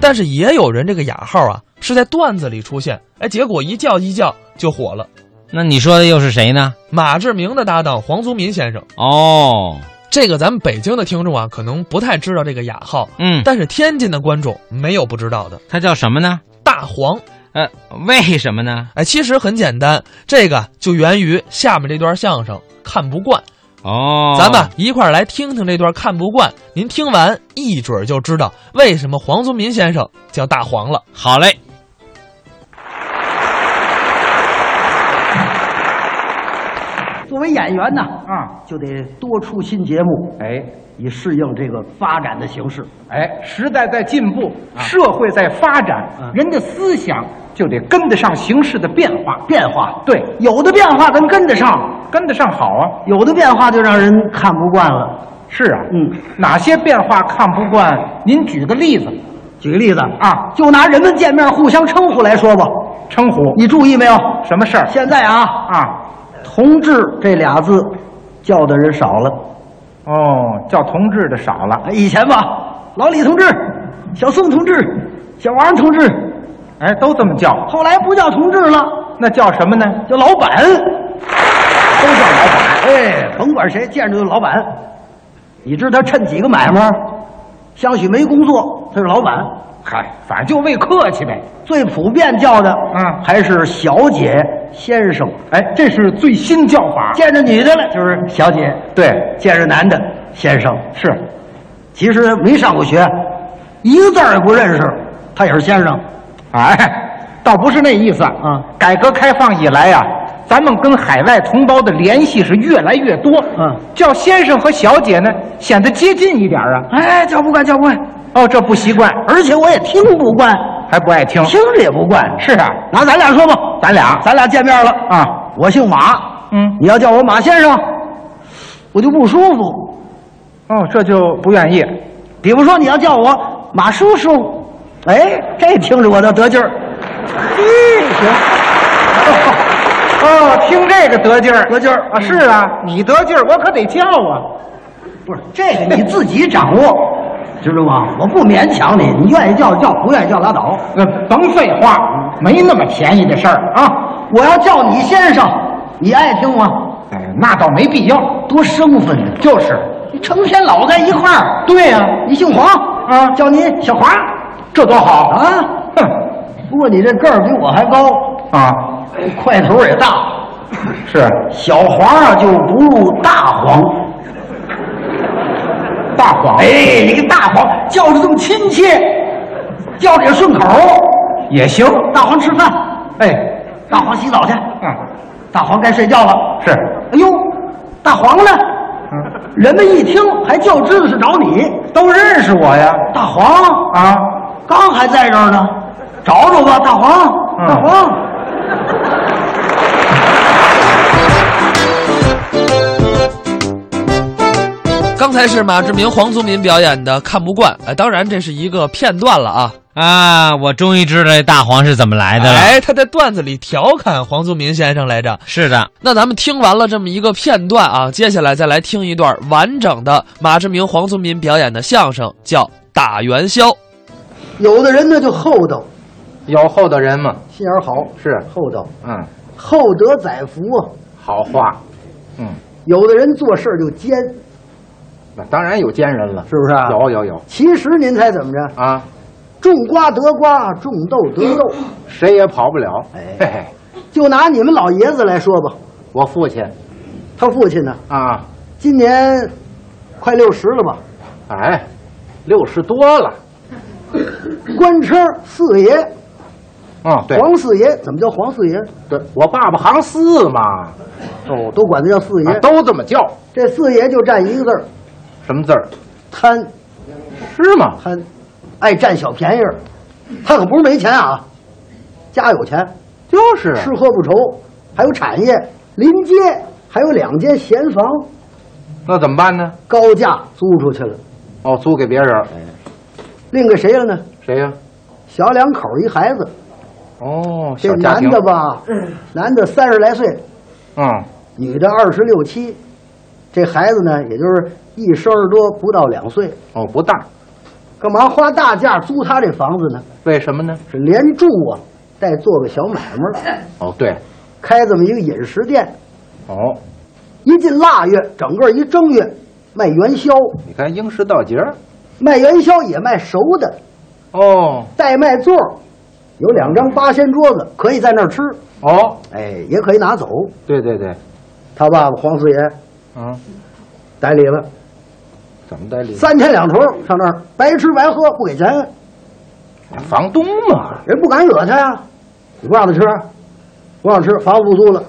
但是也有人这个雅号啊是在段子里出现，哎，结果一叫一叫就火了。那你说的又是谁呢？马志明的搭档黄宗民先生，哦，这个咱们北京的听众啊可能不太知道这个雅号，嗯，但是天津的观众没有不知道的。他叫什么呢？大黄，呃，为什么呢？哎，其实很简单，这个就源于下面这段相声看不惯。哦，咱们一块儿来听听这段看不惯，您听完一准儿就知道为什么黄宗民先生叫大黄了。好嘞，作为演员呢，啊，就得多出新节目，哎以适应这个发展的形势。哎，时代在进步，啊社会在发展，嗯人的思想就得跟得上形势的变化。变化，对，有的变化咱跟得上，跟得上好啊。有的变化就让人看不惯了。是啊，嗯，哪些变化看不惯？您举个例子，举个例子啊就拿人们见面互相称呼来说吧，称呼你注意没有？什么事儿？现在啊，啊，同志这俩字叫的人少了。哦，叫同志的少了。哎以前吧，老李同志、小宋同志、小王同志，哎，都这么叫，后来不叫同志了，那叫什么呢？叫老板，都叫老板。哎，甭管谁，见着就老板。你知道他趁几个买卖？相许没工作，他是老板。嗨，反正就为客气呗。最普遍叫的，嗯还是小姐、先生。哎，这是最新叫法。见着女的了就是小姐，对，见着男的先生。是，其实没上过学，一个字儿也不认识，他也是先生。哎，倒不是那意思嗯改革开放以来呀、啊咱们跟海外同胞的联系是越来越多。嗯叫先生和小姐呢，显得接近一点啊。哎，叫不惯，叫不惯，哦，这不习惯，而且我也听不惯，还不爱听。听着也不惯。是啊，拿咱俩说吧，咱俩咱俩见面了啊，我姓马，嗯，你要叫我马先生，我就不舒服。哦，这就不愿意。比方说你要叫我马叔叔，哎，这听着我倒得劲儿。 哦，听这个得劲儿，得劲儿啊！是啊，你得劲儿，我可得叫啊。不是这个你自己掌握，知道吗？我不勉强你，你愿意叫叫，不愿意叫拉倒。呃，甭废话，没那么便宜的事儿啊。我要叫你先生，你爱听吗？哎，那倒没必要。多生分啊！就是，你成天老在一块儿，对呀、你姓黄啊叫你小华这多好！啊。哼，不过你这个儿比我还高，哎啊，块头也大，是小黄啊就不入大黄。大黄，哎，你个大黄叫着这么亲切，叫着也顺口。也行。大黄吃饭，哎，大黄洗澡去，嗯，大黄该睡觉了。是，哎呦，大黄呢？嗯，人们一听还就知道是找你，都认识我呀。大黄啊，刚还在这儿呢，找找吧，大黄，嗯大黄。刚才是马志明、黄宗民表演的《看不惯》，哎，当然这是一个片段了啊。啊，我终于知道这大黄是怎么来的了。哎，他在段子里调侃黄宗民先生来着。是的，那咱们听完了这么一个片段啊，接下来再来听一段完整的马志明、黄宗民表演的相声，叫《打元宵》。有的人呢就厚道，有厚道人嘛，心眼好，是厚道，嗯，厚德载福啊。好话，嗯，有的人做事儿就奸，那当然有奸人了，是不是啊有有有其实您猜怎么着？啊，种瓜得瓜，种豆得 豆。谁也跑不了。哎嘿嘿，就拿你们老爷子来说吧，我父亲他父亲呢，啊，今年快六十了吧？哎，六十多了。官车四爷嗯，对黄四爷，怎么叫黄四爷？对，我爸爸行四嘛，哦，都管他叫四爷。啊都这么叫，这四爷就占一个字儿，什么字儿？贪是吗？贪，爱占小便宜儿。他可不是没钱啊，家有钱，就是啊吃喝不愁，还有产业，临街还有两间闲房，那怎么办呢？高价租出去了，哦，租给别人儿，另给谁了呢？谁呀？小两口儿一孩子，哦，这小家男庭的？吧，男的三十来岁，嗯，女的二十六七，这孩子呢，也就是一生儿多不到两岁，哦，不大，干嘛花大价租他这房子呢？为什么呢？是连住啊，带做个小买 卖，哦，对，开这么一个饮食店。哦，一进腊月，整个一正月，卖元宵，你看应时到节儿，卖元宵也卖熟的，哦带卖座儿，有两张八仙桌子，可以在那儿吃，哦，哎，也可以拿走。对对对，他爸爸黄四爷嗯，逮理了，怎么代理？三天两头上那儿白吃白喝不给钱，房东嘛，人不敢惹他呀。你不让他吃，不让吃，房子不租了，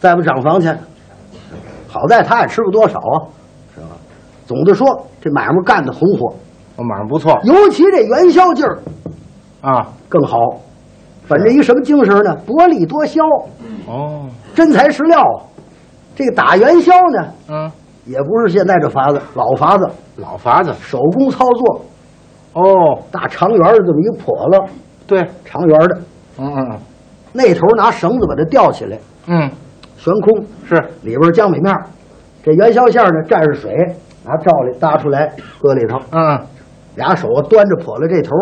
再不涨房钱。好在他也吃不多少啊，是吧？总的说，这买卖干得红火，我哦马上不错尤其这元宵劲儿啊，更好。本着一什么精神呢？薄利多销，哦，真材实料啊。这个打元宵呢，嗯，也不是现在这法子，老法子，老法子，手工操作，哦，大长圆的这么一笸箩，对，长圆的，嗯嗯那头拿绳子把它吊起来，嗯，悬空，是，里边江米面儿，这元宵馅儿呢蘸着水，拿笊篱搭出来，搁里头，嗯，俩手端着笸箩这头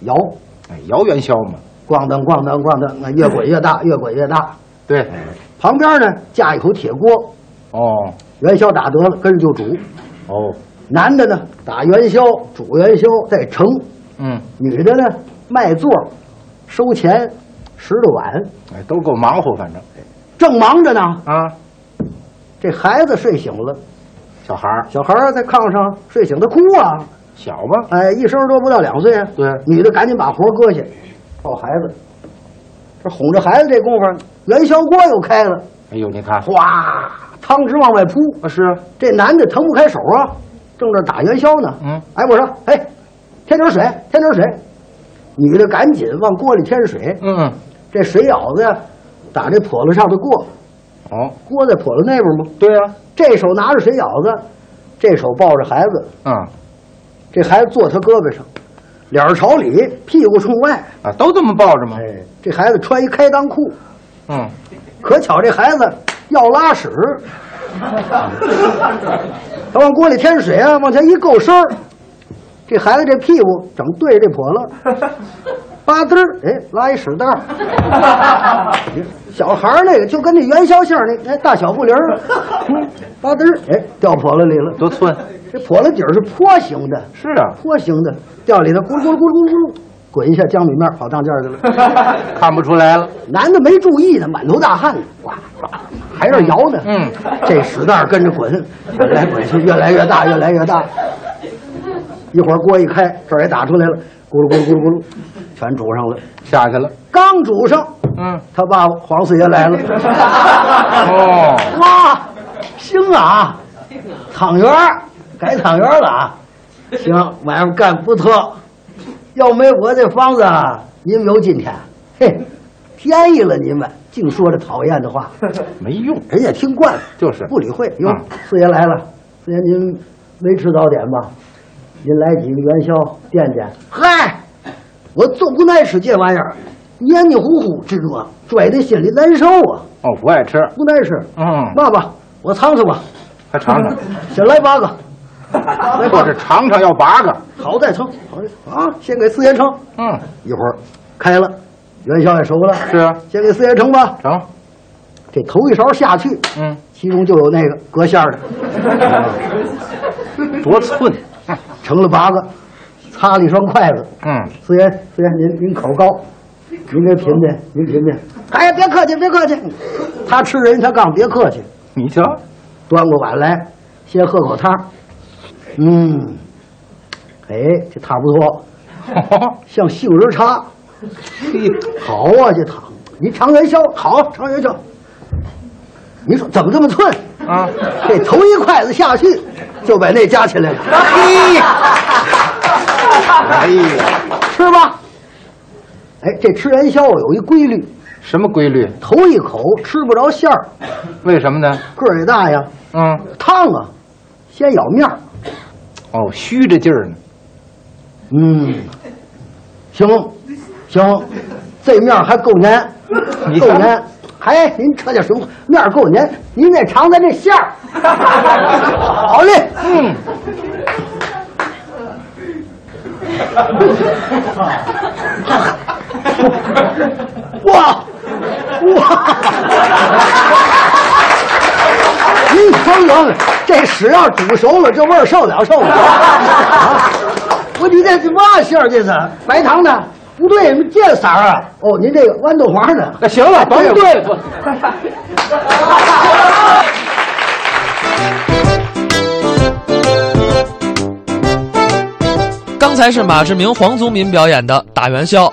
摇，哎，摇元宵嘛，咣当咣当咣当，那越滚越大，越 滚越大。对，旁边呢架一口铁锅，哦元宵打得了，跟着就煮。哦，男的呢打元宵，煮元宵再盛；嗯，女的呢卖座，收钱，拾掇碗。哎，都够忙活，反正正忙着呢，啊，这孩子睡醒了，小孩儿小孩儿在炕上睡醒，他哭啊，小吧，哎，一生多不到两岁啊。对女的赶紧把活儿搁下，抱孩子。这哄着孩子这功夫，元宵锅又开了，哎呦，你看，哗，汤汁往外扑。啊是，这男的腾不开手啊，正这打元宵呢。嗯，哎，我说，哎，添点水，添点水。女的赶紧往锅里添水，嗯，这水舀子呀，打这笸箩上头过，哦，锅在笸箩那边吗？对啊呀，这手拿着水舀子，这手抱着孩子，嗯。这孩子坐他胳膊上，脸儿朝里，屁股冲外。啊，都这么抱着吗？哎，这孩子穿一开裆裤，嗯，可巧这孩子要拉屎，他往锅里添水啊，往前一够身儿，这孩子这屁股整对着这笸箩，吧嘚儿，哎，拉一屎蛋儿。小孩儿那个就跟那元宵馅儿那哎大小不离儿，吧嘚儿，哎，掉笸箩里了。多寸。这笸箩底儿是坡形的，是啊，坡形的，掉里头咕噜咕噜咕噜咕噜咕噜，滚一下江米面儿跑当间儿去了。看不出来了。男的没注意呢，满头大汗呢，呱呱，还是摇呢。嗯，这屎蛋儿跟着滚，滚来滚去，越来越大，越来越大。一会儿锅一开，这儿也打出来了，咕噜咕噜咕噜咕噜，全煮上了。下去了。刚煮上，嗯，他爸爸黄四爷来了。 哦哇，行啊，汤圆儿改汤圆儿了啊，行，买卖干不错。要没我这房子啊，你们有今天，嘿，便宜了你们，净说这讨厌的话，没用。人家听惯了，就是不理会。哟嗯，四爷来了，四爷您没吃早点吧？您来几个元宵垫垫。嗨，我就不爱吃这玩意儿，黏黏糊糊之着，拽的心里难受啊，哦，不爱吃。不耐吃。嗯，爸爸，我尝尝吧，还尝尝。先来 八个，来不八是个，尝尝要八个。好再盛，好再啊，先给四爷盛。嗯，一会儿开了，元宵也熟了，是啊先给四爷盛吧。成。这头一勺下去，嗯，其中就有那个隔馅儿的，多寸。盛了八个，擦了一双筷子。嗯，四爷，四爷，您您口高，您给品品，您品品。哎呀，别客气，别客气。他吃人，他杠，别客气。你瞧，端过碗来，先喝口汤。嗯，哎，这汤不错，像杏仁茶。嘿，好啊，这汤。你尝元宵，好，尝元宵。你说怎么这么寸？啊，这头一筷子下去，就把那夹起来了。 哎呀，吃吧。哎，这吃元宵有一规律，什么规律？头一口吃不着馅儿，为什么呢？个儿也大呀，嗯，烫啊，先咬面儿。哦，虚着劲儿呢。嗯，行，行，这面儿还够粘，你够看粘。哎，您吃点什么面儿够粘？您再尝咱这 馅儿。好嘞，嗯，哇哇！您瞅瞅，这屎要煮熟了，这味儿受了受不 了。啊！我你这嘛馅儿这是白糖的？不对，你这色儿啊！哦，您这个豌豆黄的。那行了，甭对了。刚才是马志明、黄宗民表演的《打元宵》。